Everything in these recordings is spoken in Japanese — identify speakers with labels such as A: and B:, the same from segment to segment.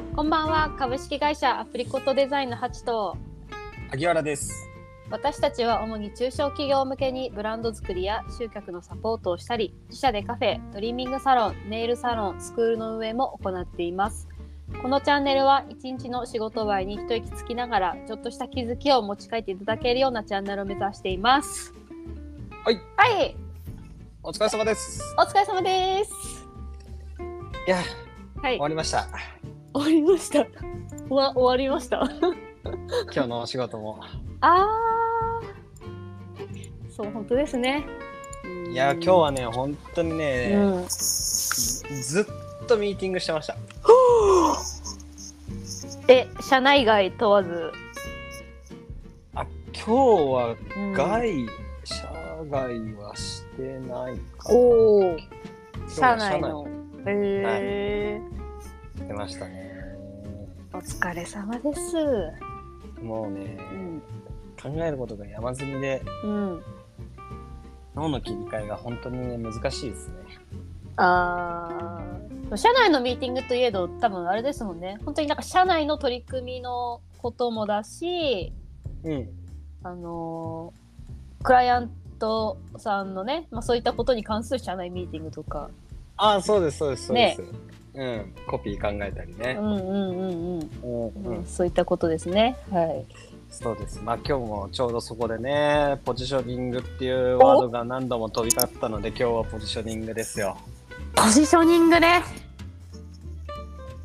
A: は株式会社アプリコットデザインのハチと
B: 萩原です。
A: 私たちは主に中小企業向けにブランド作りや集客のサポートをしたり自社でカフェトリミングサロンネイルサロンスクールの運営も行っていますこのチャンネルは一日の仕事終わりに一息つきながらちょっとした気づきを持ち帰っていただけるようなチャンネルを目指しています
B: はい
A: はい
B: お疲れ様です。
A: お疲れ様です
B: いや、
A: はい
B: 終わり ました。
A: 終わりました終わ終わりました
B: 今日のお仕事も。
A: あーそう本当ですね
B: いや、今日はね、本当にね、
A: うん
B: ずっとミーティングしてました。
A: え社内外問わず、
B: あ、今日は
A: うん
B: 外、社外はしてないか。
A: おお
B: 今日
A: 社
B: は
A: 内のへえ
B: 社内してましたね。
A: お疲れ様です
B: もうね、
A: うん
B: 考えることが山積みで、
A: うん
B: 脳の切り替えが本当にね、難しいですね。
A: あー社内のミーティングといえど多分あれですもんね本当になんか社内の取り組みのこともだし
B: うん。
A: あのークライアントさんのね、まあ、そういったことに関する社内ミーティングとか
B: あ、そうです、そうです、そうで
A: ね
B: す。うん、コピー考えたり
A: う
B: ね。
A: んうんうんうん
B: うん、うん。
A: そういったことですね。はい。
B: そうです。まあ今日もちょうどそこでね、ポジショニングっていうワードが何度も飛び交ったので、今日はポジショニングですよ。
A: ポジショニングね。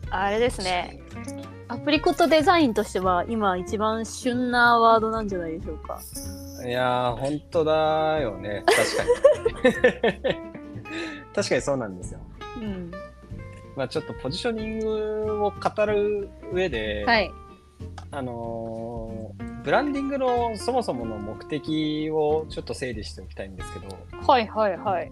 A: あれですね。アプリコットデザインとしては今一番旬なワードなんじゃないでしょうか。
B: いやー、本当だよね。確かに。 確かにそうなんですよ。
A: うん。
B: まあちょっとポジショニングを語る上で、
A: はい。
B: あのーブランディングのそもそもの目的をちょっと整理しておきたいんですけど、
A: はいはいはい。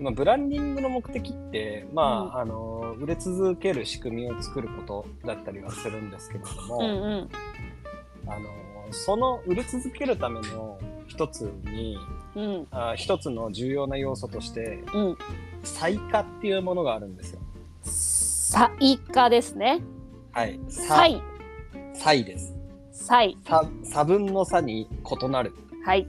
B: まあ、ブランディングの目的って、まあ
A: う
B: あのー売れ続ける仕組みを作ることだったりはするんですけれども、
A: うんうん。
B: あのその売れ続けるための一つに
A: うん
B: あ一つの重要な要素として
A: うん。
B: 最価っていうものがあるんですよ。
A: サイカですね。
B: はい。
A: サ
B: 最
A: イ。
B: 最です。
A: サイ。
B: 差差分の差に異なる
A: はい。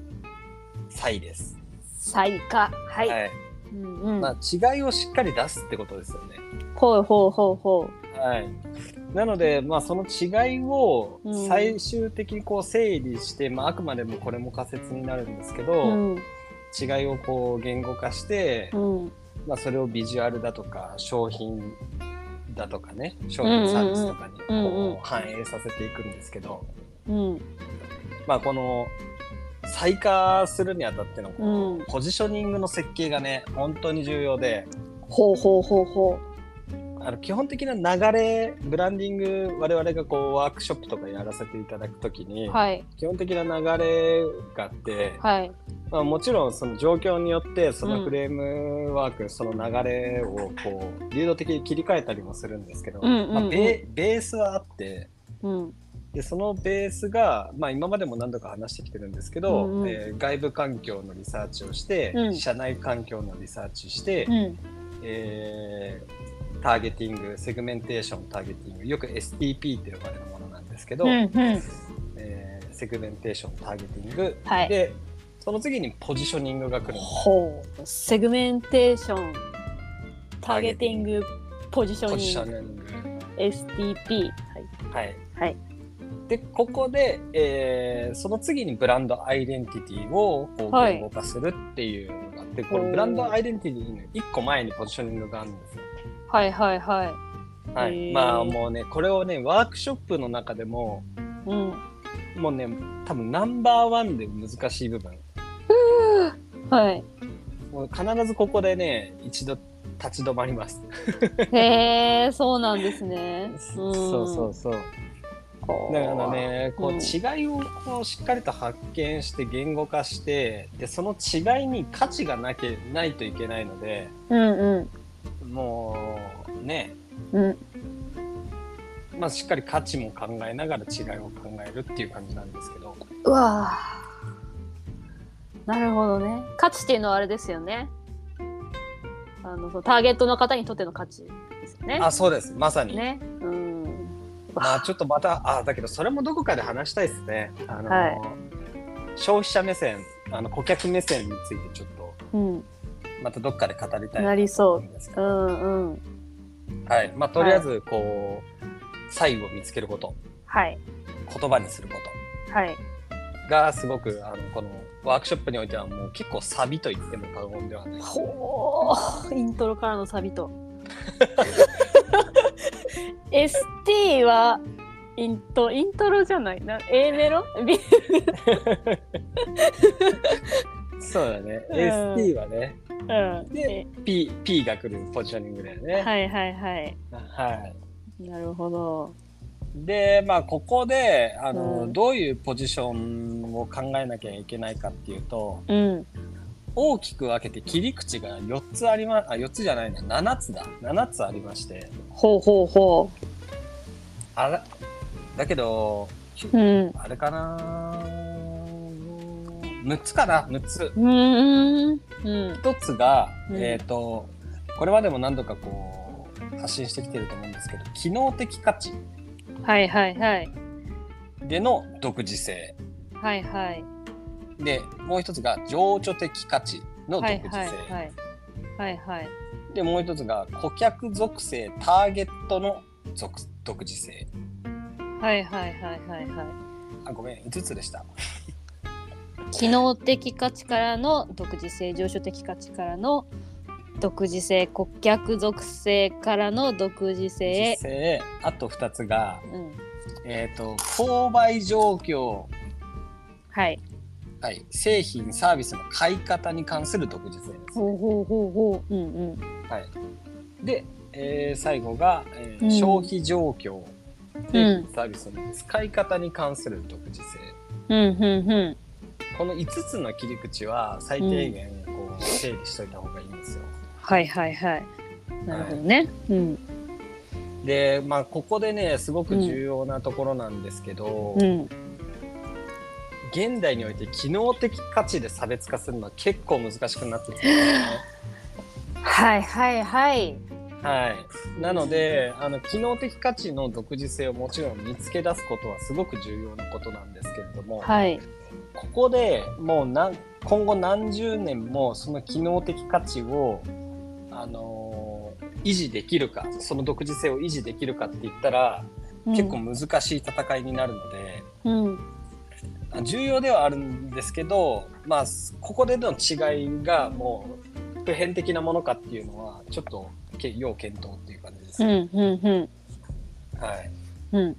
B: 最です。
A: サイカ。はい。
B: はい。
A: うんうん。
B: まあ違いをしっかり出すってことですよね。
A: ほうほうほうほ
B: はい。なので、まあ、その違いを
A: うん
B: 最終的にこう整理して、まあ、あくまでもこれも仮説になるんですけ
A: う。
B: ど、
A: うん
B: 違いをこう言語化して、
A: うん
B: まあ、それをビジュアルだとか商品だとかね商品サービスとかに
A: うんうんうんうんうん
B: こう反映させていくんですけど、
A: うん
B: まあ、この最化するにあたってのこの
A: うん
B: ポジショニングの設計がね本当に重要で
A: ほうほうほうほ
B: あの基本的な流れブランディング我々がこうワークショップとかやらせていただく時に、
A: う。はい
B: 基本的な流れがあって、
A: はい。
B: まあ、もちろんその状況によってそのフレームワーク、その流れをこう流動的に切り替えたりもするんですけど、
A: うんうんうん
B: まあ、ベベースはあって
A: うん
B: でそのベースが、まあ、今までも何度か話してきてるんですけど、
A: うんうん
B: えー外部環境のリサーチをして、
A: うん
B: 社内環境のリサーチして、
A: うん
B: えーターゲティングセグメンテーションターゲティングよく STP って呼ばれるものなんですけど、
A: うんうん。
B: えーセグメンテーションターゲティング、
A: はい。
B: でその次にポジショニングが来るんです
A: ほうセグメンテーションターゲティングポジショ
B: ポジ
A: ニ
B: ショ
A: ング
B: ニング。
A: STP
B: はい。
A: はい
B: で、ここで、えーその次にブランドアイデンティティをこう
A: はい
B: 言語化するっていうのがあって、こ
A: おー
B: れブランドアイデンティティの1個前にポジショニングがあるんですよ。
A: はいはいは
B: は
A: へ
B: い。
A: ー
B: まあもうね、これをね、ワークショップの中でも、
A: いうん
B: もうね、多分ナンバーワンで難しい部分。
A: はい
B: もう必ずここでね、一度立ち止まります。
A: へえそうなんですね
B: そうそうそう。
A: うん
B: だからね、こう
A: うん
B: 違いをこうしっかりと発見して言語化して、でその違いに価値がなけないといけないので、
A: うんうん
B: もうね、
A: うん
B: まあしっかり価値も考えながら違いを考えるっていう感じなんですけど、
A: うわあなるほどね価値っていうのはあれですよねあのそのターゲットの方にとっての価値ですよね
B: あ、そうです、まさに。
A: ねうん
B: まあちょっとまたあだけどそれもどこかで話したいですね。あの
A: はい
B: 消費者目線あの顧客目線についてちょっと
A: うん、
B: またどっかで語りたい
A: なり
B: と
A: そ
B: 思うんです
A: う。
B: け
A: う
B: ど、
A: んうん。
B: はいまあ、とりあえずこう差異を見つけること
A: はい。
B: 言葉にするこ
A: はい。
B: とがすごくあのこのワークショップにおいてはもう結構サビと言っても過言ではない。
A: ほーイントロからのサビ と ST はイントイントロじゃないな A メロ B
B: そうだね、
A: うん
B: ST はね
A: うんえ
B: P, P が来るポジショニングだよね。
A: はいはいはい
B: はい
A: なるほど
B: でまあここであの、
A: うん
B: どういうポジションを考えなきゃいけないかっていうと
A: うん
B: 大きく分けて切り口が4つありまあ4つじゃないな7つだ7つありまして
A: ほうほうほ
B: あらだけどひ
A: ううん
B: あれかな6つかな6つ
A: うんうん
B: 1つが、
A: うん
B: えっ、とこれまでも何度かこう発信してきてると思うんですけど機能的価値
A: はいはいはい
B: での独自性
A: はいはい
B: でもう一つが情緒的価値の独
A: はい
B: 自性、
A: はいはいはいはい
B: でもう一つが顧客属性ターゲットの属独自性
A: はいはいはいはいはい
B: あごめん5つでした
A: 機能的価値からの独自性上昇的価値からの独自性顧客属性からの独自性
B: 独自、性あと2つが、
A: うん、
B: えー、と購買状況、
A: はい
B: はい、製品サービスの買い方に関する独自性です、
A: ほうほうほうほううんうん
B: はい、で、えー最後が、えー
A: うん
B: 消費状況製
A: う
B: 品サービスの使い方に関する独自性、
A: うんうんうん
B: この5つの切り口は最低限こう整理しといた方がいいんですよ。
A: はいはいはいなるほどね、うん
B: でまあここでねすごく重要なところなんですけど、
A: うん
B: 現代において機能的価値で差別化するのは結構難しくなってきてるんですね。
A: はいはいはい
B: はい、なのであの機能的価値の独自性をもちろん見つけ出すことはすごく重要なことなんですけれども、
A: はい
B: ここでもう何今後何十年もその機能的価値を、あのー維持できるかその独自性を維持できるかって言ったら、結構難しい戦いになるので
A: うん、うん
B: あ重要ではあるんですけど、まあ、すここでの違いがもう普遍的なものかっていうのはちょっとけ要検討っていう感じです、
A: う
B: ね
A: んうんうん
B: はい、
A: うん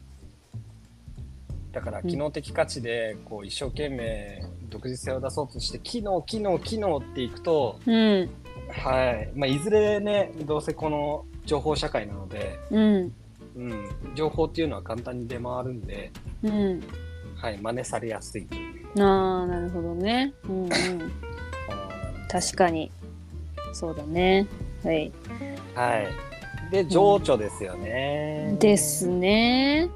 B: だから
A: うん
B: 機能的価値でこう一生懸命独自性を出そうとして機能機能機能っていくと
A: うん
B: はい、まあ、いずれねどうせこの情報社会なので、
A: うん
B: うん、情報っていうのは簡単に出回るんで、
A: うん
B: はい、真似されやすいという
A: ああなるほどねうんうん
B: ものなんです
A: 確かにそうだねはい
B: はいで情緒ですよね、
A: ですね。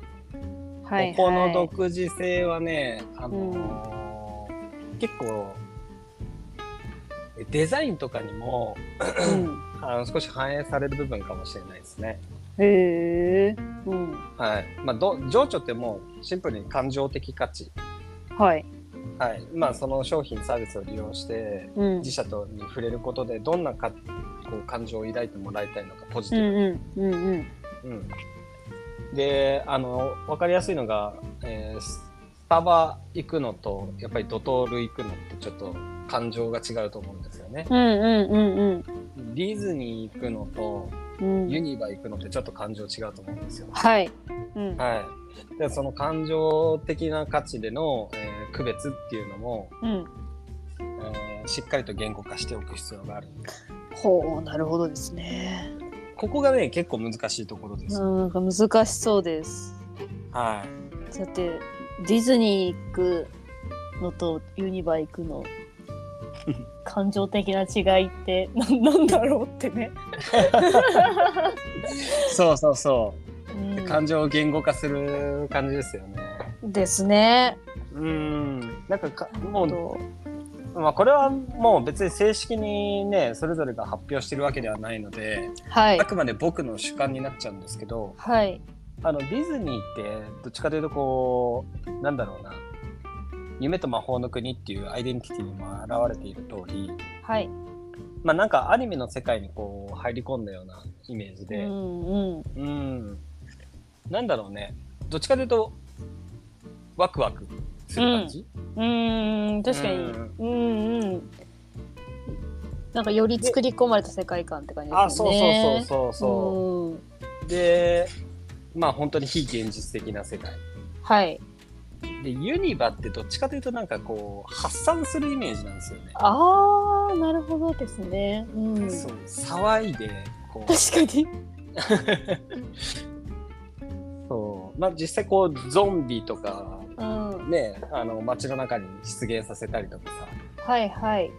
A: はい、はい。
B: ここの独自性はね、あのー結構デザインとかにも
A: うん
B: あの少し反映される部分かもしれないですね。
A: へえ。うん。
B: はいまあ、ど情緒ってもうシンプルに感情的価値、
A: はい。
B: はいまあ、その商品サービスを利用して
A: うん。
B: 自社とに触れることでどんなかこう感情を抱いてもらいたいのかポジテ
A: うん
B: ィ
A: うんうんうん。
B: ブ、うんであの分かりやすいのが、えースタバ行くのとやっぱりドトール行くのってちょっと感情が違うと思うんですよね。
A: うんうんうん
B: ディズニー行くのと
A: うん。う
B: ユ
A: ん。
B: ニバ行くのってちょっと感情違うと思うんですよ。
A: はい。うん。
B: はい、でその感情的な価値での、えー区別っていうのも、
A: うん。
B: えーしっかりと言語化しておく必要があるんで
A: ほう、なるほどですね。
B: ここがね結構難しいところです。
A: うん、なんか難しそうです。
B: はい
A: だって、ディズニー行くのとユニバ行くの。感情的な違いって、 ななんだろうってね。
B: そうそうそうう、
A: ん
B: 感情を言語化する感じですよね。
A: ですね。
B: うんなんかかも
A: なるほど
B: う、まあ、これはもう別に正式にねそれぞれが発表してるわけではないので
A: はい
B: あ。くまで僕の主観になっちゃうんですけど
A: はい。
B: あのディズニーってどっちかというとこうなんだろうな夢と魔法の国っていうアイデンティティにも表れている通り、
A: はい。
B: まあ、なんかアニメの世界にこう入り込んだようなイメージ
A: う
B: で、
A: んうん。
B: うん、なんだろうねどっちかというとワクワクする感じ、
A: うーん、確かに。
B: う
A: うんうん。なんかより作り込まれた世界観って感じですね。。
B: あそうそうそうそうそう
A: ん、
B: うでまあ本当に非現実的な世界
A: はい。
B: でユニバってどっちかというとなんかこう発散するイメージなんですよね、
A: ああ、なるほどですね。うん。
B: そう騒いでこう
A: 確かに。
B: そうまあ実際こうゾンビとか
A: うん。は
B: ねあの街の中に出現させたりとかさ
A: いはい。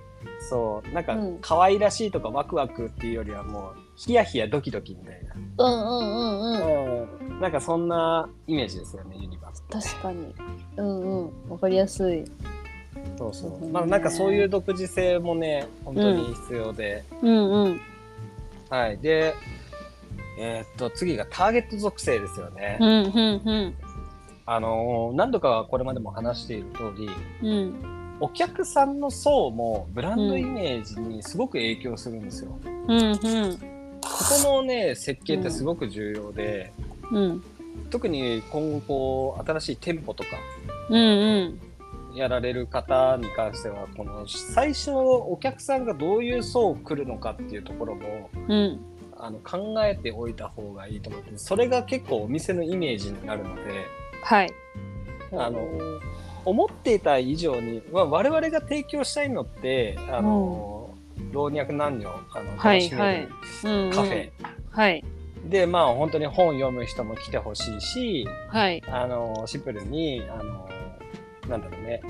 B: そうなんか
A: うん
B: 可愛らしいとかワクワクっていうよりはもうヒヤヒヤドキドキみたいな、
A: うんうんうんうん。
B: うん、なんかそんなイメージですよねユニバース
A: 確かに。うんうん。わかりやすい。
B: そうそう、
A: うん
B: まあなんかそういう独自性もね本当に必要で、
A: うんうん。
B: はいでえーっと次がターゲット属性ですよね、
A: うんうん
B: あのー何度かこれまでも話している通り
A: うん。うん。
B: お客さんの層もブランドイメージにすごく影響するんですよ、
A: うんうん。
B: ここのね設計ってすごく重要で、
A: うん。
B: 特に今後こう新しい店舗とか
A: うん
B: やられる方に関してはこの最初お客さんがどういう層来るのかっていうところも
A: うん。うん。
B: あの考えておいた方がいいと思ってそれが結構お店のイメージになるので
A: はい。
B: あの思っていた以上に、まあ、我々が提供したいのってあの、老若男女あの
A: は
B: 楽
A: い
B: しめる
A: うんうん
B: カフェ、
A: はい。
B: でまあ本当に本読む人も来てほしいし
A: はい。
B: あのシンプルにあのなんだろうね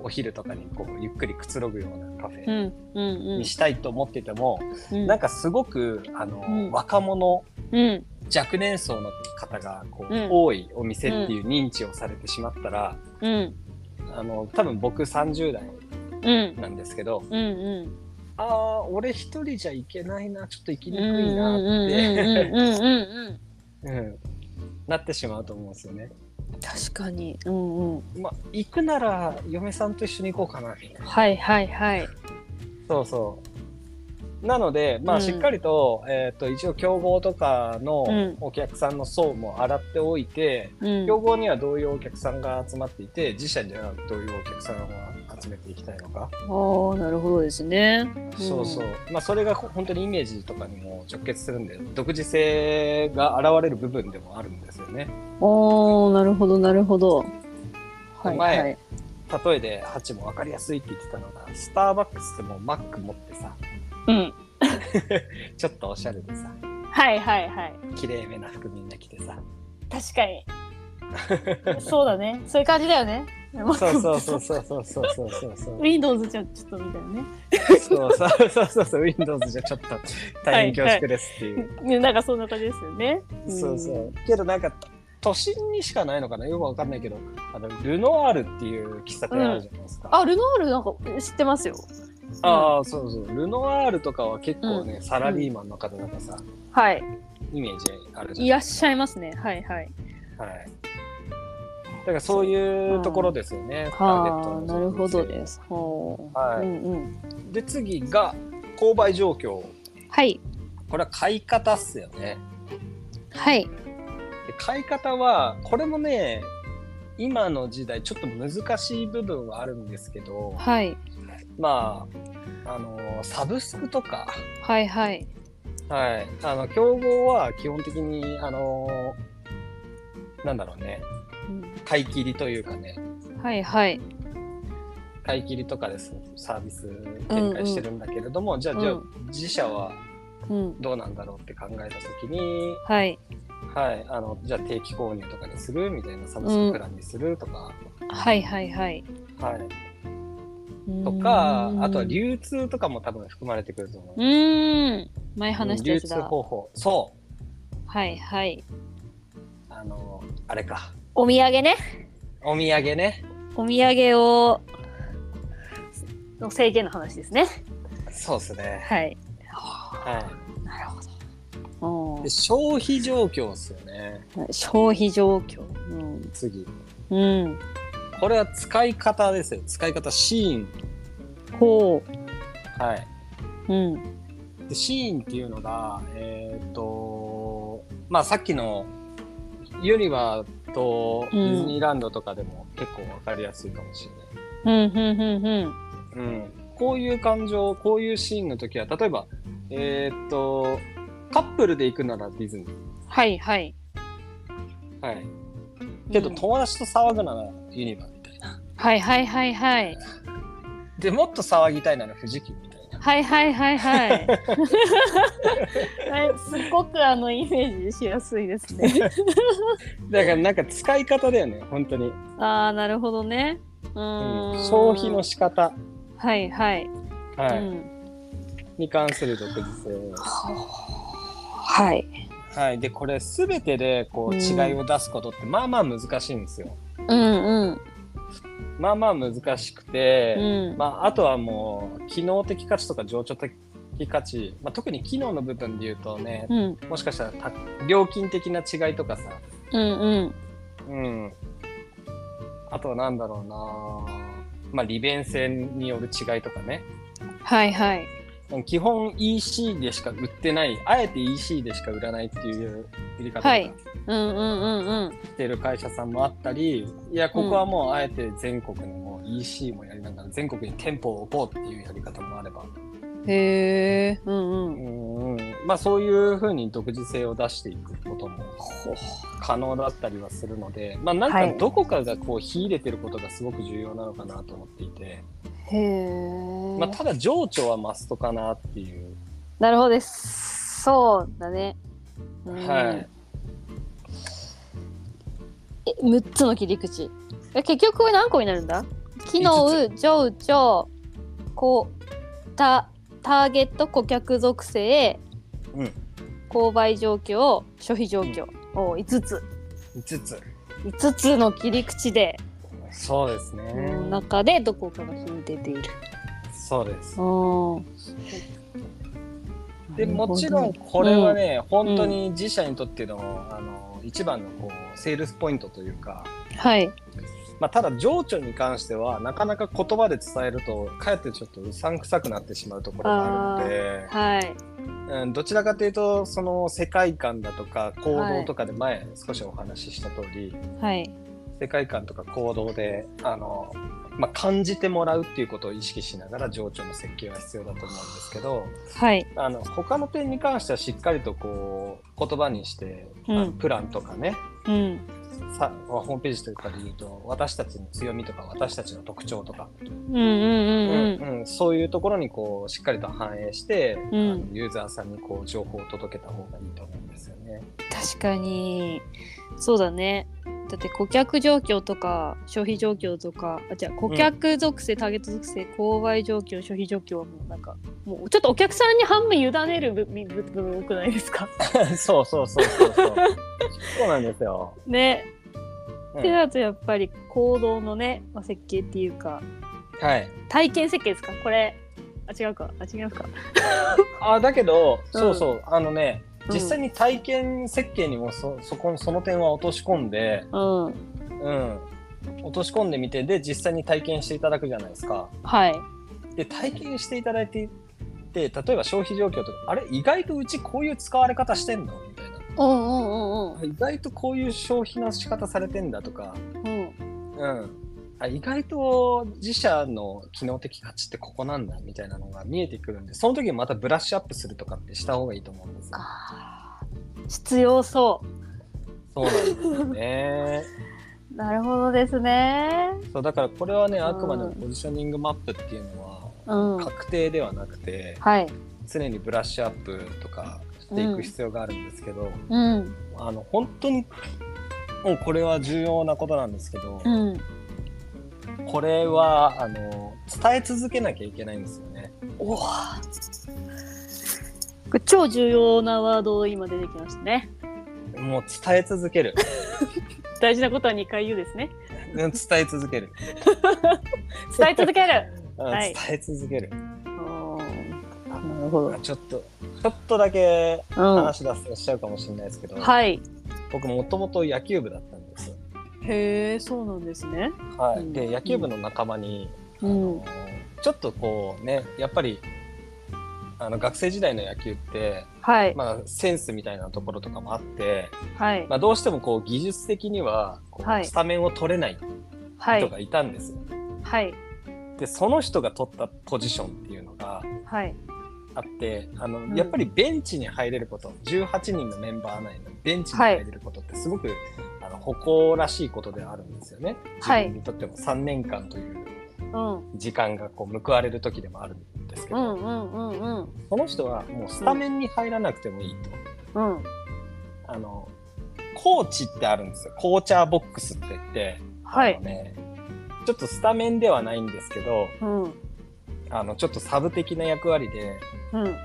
B: お昼とかにこうゆっくりくつろぐようなカフ
A: う
B: ェ
A: んうん
B: にしたいと思ってても、
A: うん。
B: なんかすごくあの、
A: うん
B: 若者
A: うん。
B: 若年層の方がこう、
A: うん
B: 多いお店っていう認知をされてしまったら、
A: うん
B: あの多分僕30代
A: うん
B: なんですけど
A: うんうん。
B: ああ俺一人じゃ行けないなちょっと行
A: うんうんうんうんうんうん
B: きにくいなって、
A: うん
B: うん、なってしまうと思うんですよね。
A: 確かにうんうん
B: まあ、行くなら嫁さんと一緒に行こうかなみたいな。
A: はいはいはい
B: そうそう。なので、ま
A: う
B: あ、
A: ん
B: しっかりと、えっ、と、一応、競合とかの
A: うん
B: お客さんの層も洗っておいて、
A: うん
B: 競合にはどういうお客さんが集まっていて、自社にはどういうお客さんを集めていきたいのか。
A: ああなるほどですね
B: そうそう。まあ、それがほ本当にイメージとかにも直結するんで、独自性が現れる部分でもあるんですよね。
A: おーなるほどなるほどはいは
B: 前
A: い
B: 例えで、ハチも分かりやすいって言ってたのが、スターバックスでもマック持ってさ、
A: うん
B: ちょっとおしゃれでさ、
A: はいはいはい
B: 綺麗めな服みんな着てさ。
A: 確かにそうだねそういう感じだよね
B: そうそうそうそうそうそうそうそうそう。
A: Windows じゃちょっとみたいなね
B: そうそうそうそうそう Windows じゃちょっと大変恐縮ですっていう。
A: ねなんかそんな感じですよね
B: そうそう。けどなんか都心にしかないのかなよくわかんないけど、あのルノアールっていう喫茶店あるじゃないですか。
A: あルノールなんか知ってますよ
B: ああそうそう。ルノアールとかは結構ね、サラリーマンの方とかさ
A: はい
B: イメージあるじゃん。
A: いらっしゃいますねはいはい
B: はい。だからそういうところですよね。ターゲット
A: はあ
B: の
A: なるほどですほう
B: はい
A: うんうん
B: で次が購買状況。
A: はい
B: これは買い方っすよね。
A: はい
B: で買い方はこれもね今の時代ちょっと難しい部分はあるんですけど
A: はい
B: まああのサブスクとか、
A: はいはい
B: はい、あの競合は基本的にあのなんだろうね
A: うん
B: 買い切りというかね
A: はいはい
B: 買い切りとかですサービス展開してるんだけれども、じゃあじゃあ
A: う
B: 自社は
A: うん
B: どうなんだろうって考えた時に、
A: はい
B: はい、あのじゃあ定期購入とかにするみたいなサブスクプランにするとか、
A: はいはいはい
B: はい、とか、あとは流通とかも多分含まれてくると思
A: う
B: う。
A: ーん前話したや
B: 流
A: つ
B: 通
A: だ
B: 方法。そ。
A: はいはいう
B: あの、あれか。
A: お土産ね
B: お土産ね。
A: お土産をの制限の話ですね
B: そうですね。
A: はい
B: は
A: なるほどうん
B: で消費状況ですよね
A: 消費状況。うん
B: 次
A: うん。
B: これは使い方ですよ使い方シーン
A: こ
B: はい。
A: う。うん。
B: でシーンっていうのが、えーっ、と、まあさっきのユニバとディズニーランドとかでも結構わかりやすいかもし
A: うん、うん、うん、うん。
B: れない。うん。こういう感情、こういうシーンの時は、例えば、えーっ、と、カップルで行くならディズニー。
A: はい、はい。
B: はい。けど、
A: うん
B: 友達と騒ぐならユニバみたいな。
A: はい、はい、はい、はい。
B: で、もっと騒ぎたいなら富士急みたいな。
A: はい、はい、はい、はい。 はいすっごくあのイメージしやすいです ね。
B: だからなんか使い方だよね、本当に。
A: ああ、なるほどね。うーん。
B: 消費の仕方。
A: はい、はい。
B: はい。
A: うん。
B: に関する独自性。
A: はい。
B: はい、でこれ全てでこ
A: う
B: うん違いを出すことってまあまあ難しいんですよ。
A: うん、うん。
B: まあまあ難しくて、
A: うん。
B: まあ、あとはもう機能的価値とか情緒的価値、まあ、特に機能の部分で言うとね
A: うん、
B: もしかしたらた料金的な違いとかさ、
A: うん、うん。
B: うん、あとはなんだろうな、まあ、利便性による違いとかね
A: はい、はい。
B: 基本 EC でしか売ってないあえて EC でしか売らないっていう売り方とか、
A: はいうん、うん、うん、うん。
B: ってる会社さんもあったりいやここはもうあえて全国にもう EC もやりながら全国に店舗を置こうっていうやり方もあれば
A: へえ、うん
B: う
A: うん。
B: ん、うん、まあそういうふうに独自性を出していくことも可能だったりはするのでまあなん
A: は
B: か
A: い
B: どこかがこう秀でてることがすごく重要なのかなと思っていて、
A: へえ。
B: まあ、ただ情緒はマストかなっていう、
A: なるほどです。そうだね。うん
B: はい。
A: え、六つの切り口。え、結局これ何個になるんだ。機能、情緒。こう。た。ターゲット顧客属性。
B: うん、
A: 購買状況、消費状況。を五つ。
B: 5つ
A: 五つの切り口で。
B: そうですね、
A: うん中でどこかが引いてている。
B: そうです
A: うん。
B: で
A: なるほど
B: もちろん。これはね、本当に自社にとっての,、あの一番のこうセールスポイントというか、
A: はい。
B: まあ、ただ情緒に関してはなかなか言葉で伝えるとかえってちょっとうさんくさくなってしまうところがあるので、
A: はい。
B: うん、どちらかというとその世界観だとか行動とかで前少しお話しした通り、
A: はい。
B: 世界観とか行動であの、まあ、感じてもらうっていうことを意識しながら情緒の設計は必要だと思うんですけど。
A: はい。
B: あの他の点に関してはしっかりとこう言葉にして、
A: うん
B: あのプランとかね
A: うん。
B: さホームページとかで言うと私たちの強みとか私たちの特徴とか、
A: うんうんうんうん。
B: ううんそういうところにこうしっかりと反映して、
A: うん
B: あのユーザーさんにこう情報を届けた方がいいと思うんですよね。
A: 確かに。そうだね。だって顧客状況とか消費状況とかあじゃあ顧客属性、ターゲット属性購買状況消費状況はもうなんかもうちょっとお客さんに半分委ねる部部部分多くないです か
B: そうそうそうそう そうそうなんですよ。
A: ね。
B: うん
A: ってなるとやっぱり行動のね、まあ、設計っていうか
B: はい、
A: 体験設計ですかこれあ違うかあ違うか。
B: あだけど、
A: うん
B: そうそうあのね
A: うん
B: 実際に体験設計にもそそこその点は落とし込んで、
A: うん。
B: うん、落とし込んでみてで実際に体験していただくじゃないですか
A: はい。
B: で体験していただいてで例えば消費状況とかあれ意外とうちこういう使われ方してんのみたいな
A: うんうんうん
B: あ意外とこういう消費の仕方されてんだとか、
A: うん。うん
B: うん、あ意外と自社の機能的価値ってここなんだみたいなのが見えてくるんでその時にまたブラッシュアップするとかってした方がいいと思うんですよ。
A: あー必要そう。
B: そうなんですよ ね
A: なるほどですね。
B: そうだからこれはね
A: うん
B: あくまでもポジショニングマップっていうのは
A: うん。は
B: 確定ではなくて、
A: い。
B: 常にブラッシュアップとかしていく必要があるんですけど、
A: うん。
B: あの本当にもうこれは重要なことなんですけど、
A: うん。
B: これはあの伝え続けなきゃいけないんですよね。
A: おこれ超重要なワード今出てきましたね。
B: もう伝え続 ける
A: 大事なことは2回言うですね。
B: うん伝え続ける、
A: 伝え続ける。
B: うん
A: はい
B: 伝え続ける
A: おーなるほど。
B: ちょっと、ちょっとだけ
A: うん。
B: 話出しちゃうかもしれないですけど、
A: はい。
B: 僕もともと野球部だったんですよ。
A: へえ、そうなんですね。
B: はい。
A: うん
B: で、野球部の仲間に、
A: う
B: あ
A: ん。
B: のちょっとこうね、やっぱり、あの学生時代の野球って、
A: はい。
B: まあ、センスみたいなところとかもあって、
A: はい
B: ま。あ、どうしてもこう技術的にはこう
A: はい
B: スタメンを取れない
A: は
B: 人
A: い。
B: がいたんですよ。
A: はい。
B: でその人が取ったポジションっていうのが
A: はい。
B: あってあの、
A: ん
B: やっぱりベンチに入れること18人のメンバー内のベンチに入れることってすごく、あの誇らしいことではあるんですよね。
A: はい
B: 自分にとっても3年間という
A: うん。
B: 時間がこう報われる時でもあるんですけ
A: う
B: ど、
A: んうんうんうん。
B: その人はもうスタメンに入らなくてもいいと。
A: うん。
B: あのコーチってあるんですよ。コーチャーボックスって言って、
A: は
B: あ
A: い
B: の。ね、ちょっとスタメンではないんですけど、
A: うん。
B: あの、ちょっとサブ的な役割で、
A: うん。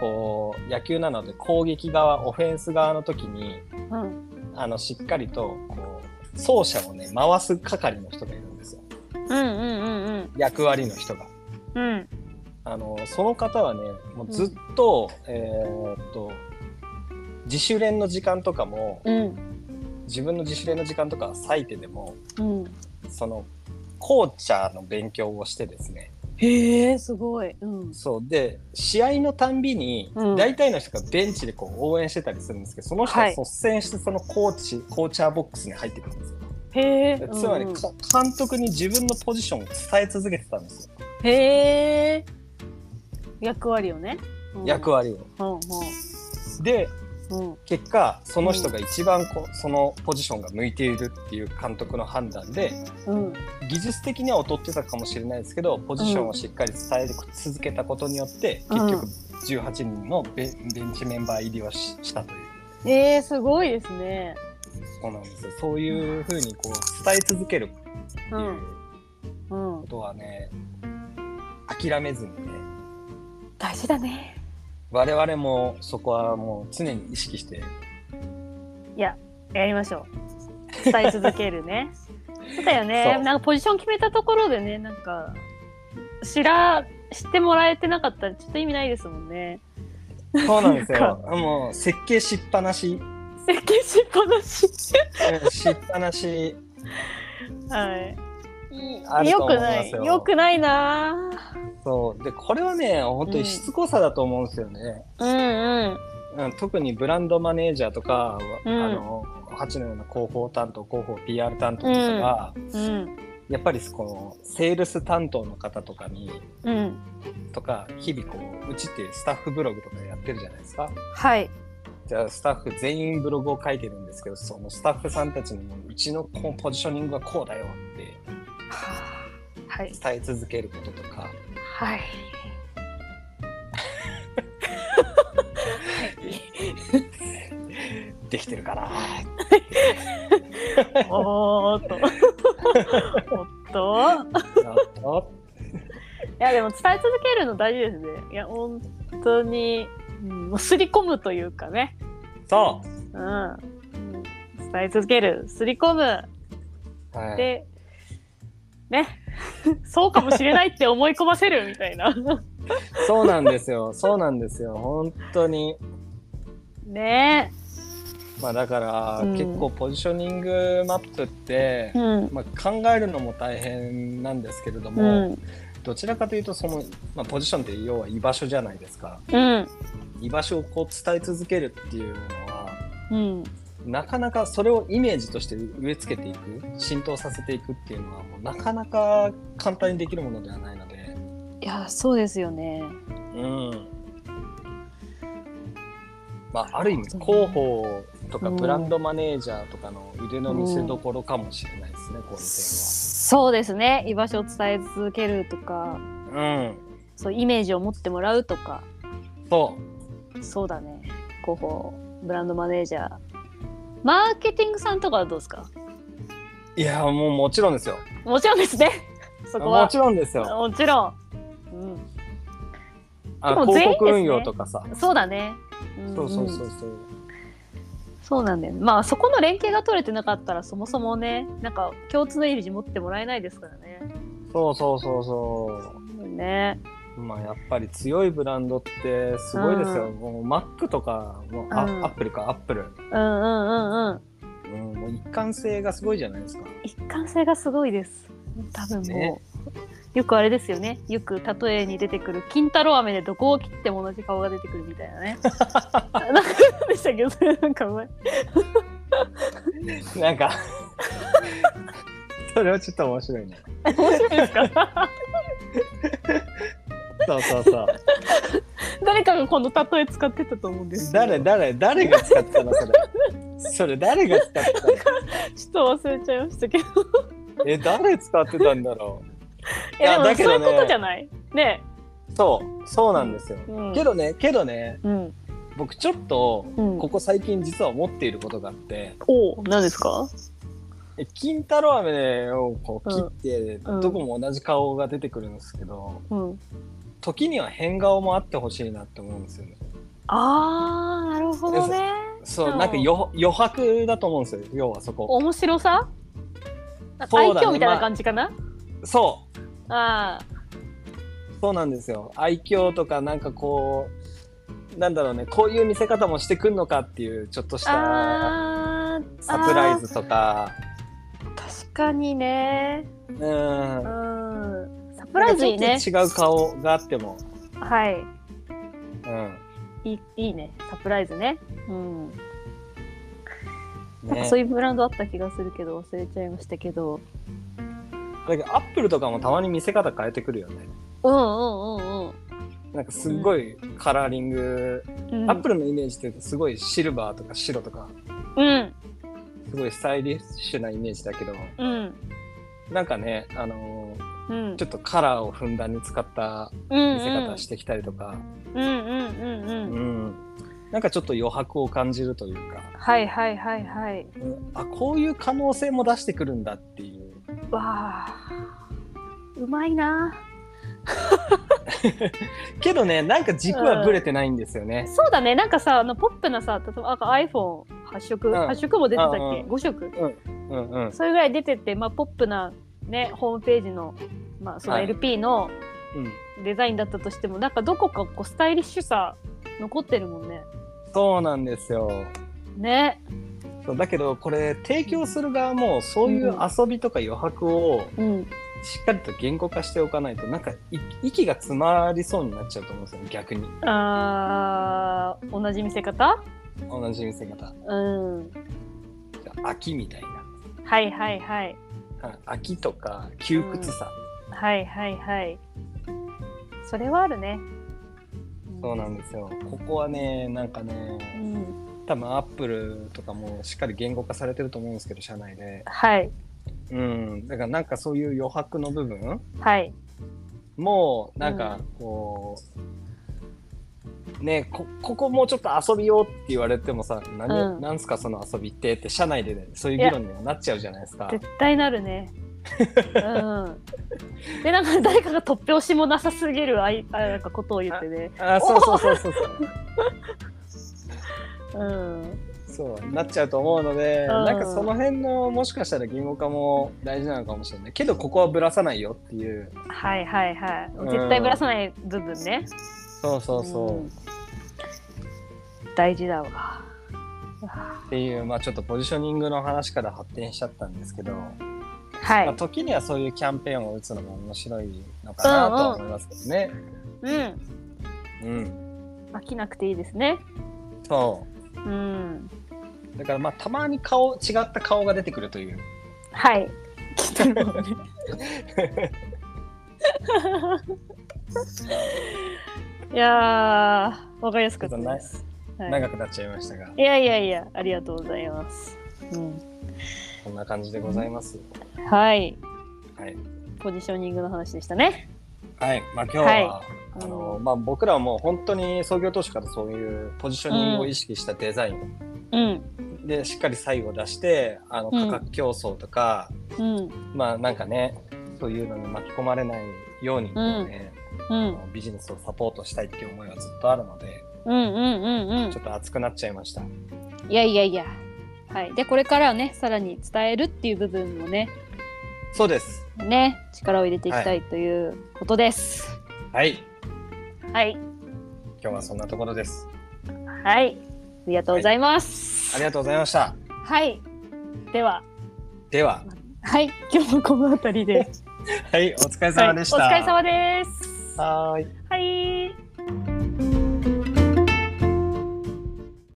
B: こう、野球なので攻撃側、オフェンス側の時に、
A: うん。
B: あの、しっかりと、こう、走者をね、回す係の人がいるんですよ。
A: うんうんうん
B: 役割の人が。
A: うん。うん。
B: あの、その方はね、もうずっと、えーっと、自主練の時間とかも、
A: うん。
B: 自分の自主練の時間とかは割いてでも、
A: うん。
B: その、コーチャーの勉強をしてですね、
A: へえ、すごい。うん。
B: そうで試合のたんびに、
A: うん
B: 大体の人がベンチでこう応援してたりするんですけどその人が
A: はい
B: 率先してそのコーチ、コーチャーボックスに入ってくるんですよ
A: へえ
B: で。つまり、
A: うんうん
B: か監督に自分のポジションを伝え続けてたんですよ、
A: へえ。役割をね。
B: 役
A: 割。
B: 割を
A: うん
B: で
A: うんうん。
B: 結果その人が一番こうそのポジションが向いているっていう監督の判断で
A: うん。
B: 技術的には劣ってたかもしれないですけどポジションをしっかり伝え続けたことによって、
A: うん
B: 結局18人のベベンチメンバー入りをししたという。
A: ええ、すごいですね。
B: そうなんですよそういうふうにこう伝え続けるって
A: う。
B: いうん
A: う
B: こ
A: ん。
B: とはね、諦めずにね
A: 大事だね。
B: 我々もそこはもう常に意識して
A: やりましょう。伝え続ける ね。そうだよね
B: そ。う
A: なんかポジション決めたところでね、なんか知ら知ってもらえてなかったらちょっと意味ないですもんね。
B: そうなんです
A: な
B: よもう設計しっぱなし
A: 設計しっぱなし。
B: うんしっぱなしあ
A: はい。
B: ると
A: よ
B: 思
A: く
B: いま
A: な
B: す
A: い。
B: よ
A: よくないな
B: そうでこれはね本当にしつこさだと思うんですよね、
A: ぁ。うんうん。
B: うん特にブランドマネージャーとか、
A: うん
B: あの8のような広報担当広報 PR 担当とかが、
A: うん。
B: やっぱりこのセールス担当の方とかに
A: うん。
B: とか日々こううちってスタッフブログとかやってるじゃないですか
A: はい。
B: じゃあスタッフ全員ブログを書いてるんですけどそのスタッフさんたちにもうちのこのポジショニングはこうだよって
A: はい。
B: 伝え続けることと か
A: はい。
B: できてるかな
A: おーっと。おっと。
B: ああ
A: いやでも伝え続けるの大事ですね。いや本当に、うん、もう刷り込むというかね、
B: そ
A: うん、うん伝え続ける、刷り込む
B: う、はい、
A: で、ね、そうかもしれないって思い込ませるみたいな。
B: そうなんですよそうなんですよ本当に
A: ね
B: まあだから、
A: うん
B: 結構ポジショニングマップって
A: え、、うん、
B: まあ、考えるのも大変なんですけれど
A: う
B: も、
A: ん、
B: どちらかというとその、まあ、ポジションって要は居場所じゃないですか
A: うん、
B: 居場所をこう伝え続けるっていうのは
A: うん、
B: なかなかそれをイメージとして植え付けていく浸透させていくっていうのはもうなかなか簡単にできるものではないので、
A: いやそうですよね。
B: うんまあ、ある意味広報とか
A: うん
B: ブランドマネージャーとかの腕の見せ所かもしれないですね、この
A: そうですね。居場所を伝え続けるとか、
B: 点は。
A: そうイメージを持ってもらうとか。
B: うん、そう
A: そうだね。広報、ブランドマネージャー。マーケティングさんとかはどうですか
B: いやもうもちろんですよ
A: もちろんですね。そこは。
B: もちろんですよ
A: もちろん。
B: あ
A: でも全員で
B: 広
A: す
B: 告
A: ね
B: 運用とかさ、
A: うん、そうだね。ん
B: そうそうそ
A: ん
B: うそう、
A: そうなんだよね。まあそこの連携が取れてなかったらそもそもねなんか共通のイメージ持ってもらえないですからね。
B: そうそうそうそう
A: ね。
B: まあやっぱり強いブランドってすごいですよ、もうマックとかもうあ
A: うん
B: アップルかアップル、
A: うんうんうんうん。
B: うん、もう一貫性がすごいじゃないですか
A: 一貫性がすごいです。多分もう、
B: ね
A: よくあれですよね。よく例えに出てくる金太郎飴でどこを切っても同じ顔が出てくるみたいな ね。なんかでしたっけそれなん か前。
B: なんか それはちょっと面白いね
A: 面白いですか
B: そうそうそう
A: 誰かがこの例え使ってたと思うんですけど
B: 誰誰誰が使ってたのそれそれ誰が使ってたの
A: ちょっと忘れちゃいました けど。
B: え誰使ってたんだろ
A: いやでも
B: だけど
A: そうい
B: ね
A: うことじゃない。ね。
B: うそうそうなんですよ、
A: うん
B: けどねけどね
A: うん。
B: 僕ちょっと
A: うん
B: ここ最近実は思っていることがあって、
A: おお、何ですか？
B: え金太郎飴をこう切って、
A: うん
B: どこも同じ顔が出てくるんですけど
A: うん。
B: 時には変顔もあってほしいなって思うんですよね
A: ああ、なるほどね。
B: そう
A: うん
B: なんか余余白だと思うんですよ要はそこ
A: 面白さ？なんか
B: そ
A: 愛
B: うだね
A: 嬌みたいな感じかな？
B: そ
A: あ
B: うそうなんですよ愛嬌とかなんかこうなんだろうねこういう見せ方もしてくんのかっていうちょっとし
A: あ。
B: た
A: ああ。
B: サプライズとか
A: 確かにね。
B: うん
A: うん。サプライズいいね。
B: ちょっと違う顔があっても
A: はい。
B: うん
A: いいいいね。サプライズね。うん。なんか
B: ね
A: そういうブランドあった気がするけど忘れちゃいましたけど。
B: だけどアップルとかもたまに見せ方変えてくるよね
A: うんうんうん
B: なんかすっごいカラーリング
A: うんうん。
B: アップルのイメージってすごいシルバーとか白とか
A: うん
B: すごいスタイリッシュなイメージだけど
A: うん
B: なんかね、あの
A: うん
B: ーち。ょっとカラーをふんだんに使った見せ方してきたりとか、
A: うんうんうんうん
B: うん
A: うん。
B: なんかちょっと余白を感じるというか、
A: はいはいはいはい。
B: うんあこういう可能性も出してくるんだっていう
A: わあ。うまいな。
B: けどねなんか軸はぶれてないんですよね、
A: そうだね。なんかさ、あのポップなさ、例えばなんか iPhone 発色、
B: うん
A: 発色も出てたっ
B: うんう
A: け？
B: ん
A: 五色？
B: うん、うんうん
A: それぐらい出てて、まあ、ポップな、ね、ホームページの,、まあ、その
B: はい
A: LP のデザインだったとしても、なんかどこかこうスタイリッシュさ残ってるもんね。
B: そうなんですよ
A: ね。
B: そうだけどこれ提供する側もそういう遊びとか余白を、
A: うん、
B: しっかりと言語化しておかないとなんかい息が詰まりそうになっちゃうと思うんですよね逆に
A: あー同じ見せ方、
B: 同じ見せ方
A: うん、
B: 秋みたいな
A: はいはいはい
B: あ秋とか窮屈さ、
A: はいはいはいそれはあるね。
B: そうなんですよここはねなんか
A: う
B: ね
A: ん、
B: 多分アップルとかもしっかり言語化されてると思うんですけど社内で
A: はい
B: うんだからなんかそういう余白の部分
A: はい
B: もなんかこう、ねこここもうちょっと遊びようって言われてもさ何、
A: うん
B: なんすかその遊びってって社内で、ね、そういう議論にもなっちゃうじゃないですか
A: 絶対なるね。うん、 でなんか誰かが突拍子もなさすぎるあいあなんかことを言ってね。
B: あそうそうそうそうそう
A: うん
B: そうなっちゃうと思うので、
A: ん
B: なんかその辺のもしかしたら言語化も大事なのかもしれないけどここはぶらさないよっていう
A: はいはいはい、
B: うん
A: 絶対ぶらさない部分ね
B: そうそうそう、
A: ん大事だわ
B: っていうまあちょっとポジショニングの話から発展しちゃったんですけど、
A: は
B: まあ、
A: い
B: 時にはそういうキャンペーンを打つのも面白いのかなとは思いますけどね。
A: うん
B: うん、
A: 飽きなくていいですね
B: そ
A: うん
B: うだからまあたまに顔違った顔が出てくるという
A: はいきっともうねいやーわかりやすかったです、はい
B: 長くなっちゃいましたが、
A: いやいやいやありがとうございます、うん、
B: こんな感じでございます。
A: はい
B: はい
A: ポジショニングの話でしたね
B: はい、まあ、今日は、
A: は
B: あの、まあ、僕らはもう本当に創業当初からそういうポジショニングを意識したデザイン
A: うん
B: で、しっかり最後出して、あ
A: う
B: の、
A: ん
B: 価格競争とか、
A: うん
B: まあ、なんかね、そういうのに巻き込まれないように、
A: ん
B: ね
A: うん
B: あのビジネスをサポートしたいっていう思いはずっとあるので、
A: うんうんうん
B: ちょっと熱くなっちゃいました。
A: うん。いやいやいや。はい。で、これからはね、さらに伝えるっていう部分もね、
B: そうです。
A: ね、力を入れていきたいということです。
B: はい。
A: はい。
B: 今日はそんなところです。
A: はい。ありがとうございます。
B: ありがとうございました。
A: はい。では、
B: では、
A: はい。今日もこの辺りで。
B: はい、お疲れ様でした。
A: はいお疲れ様です。
B: はーい。
A: はい。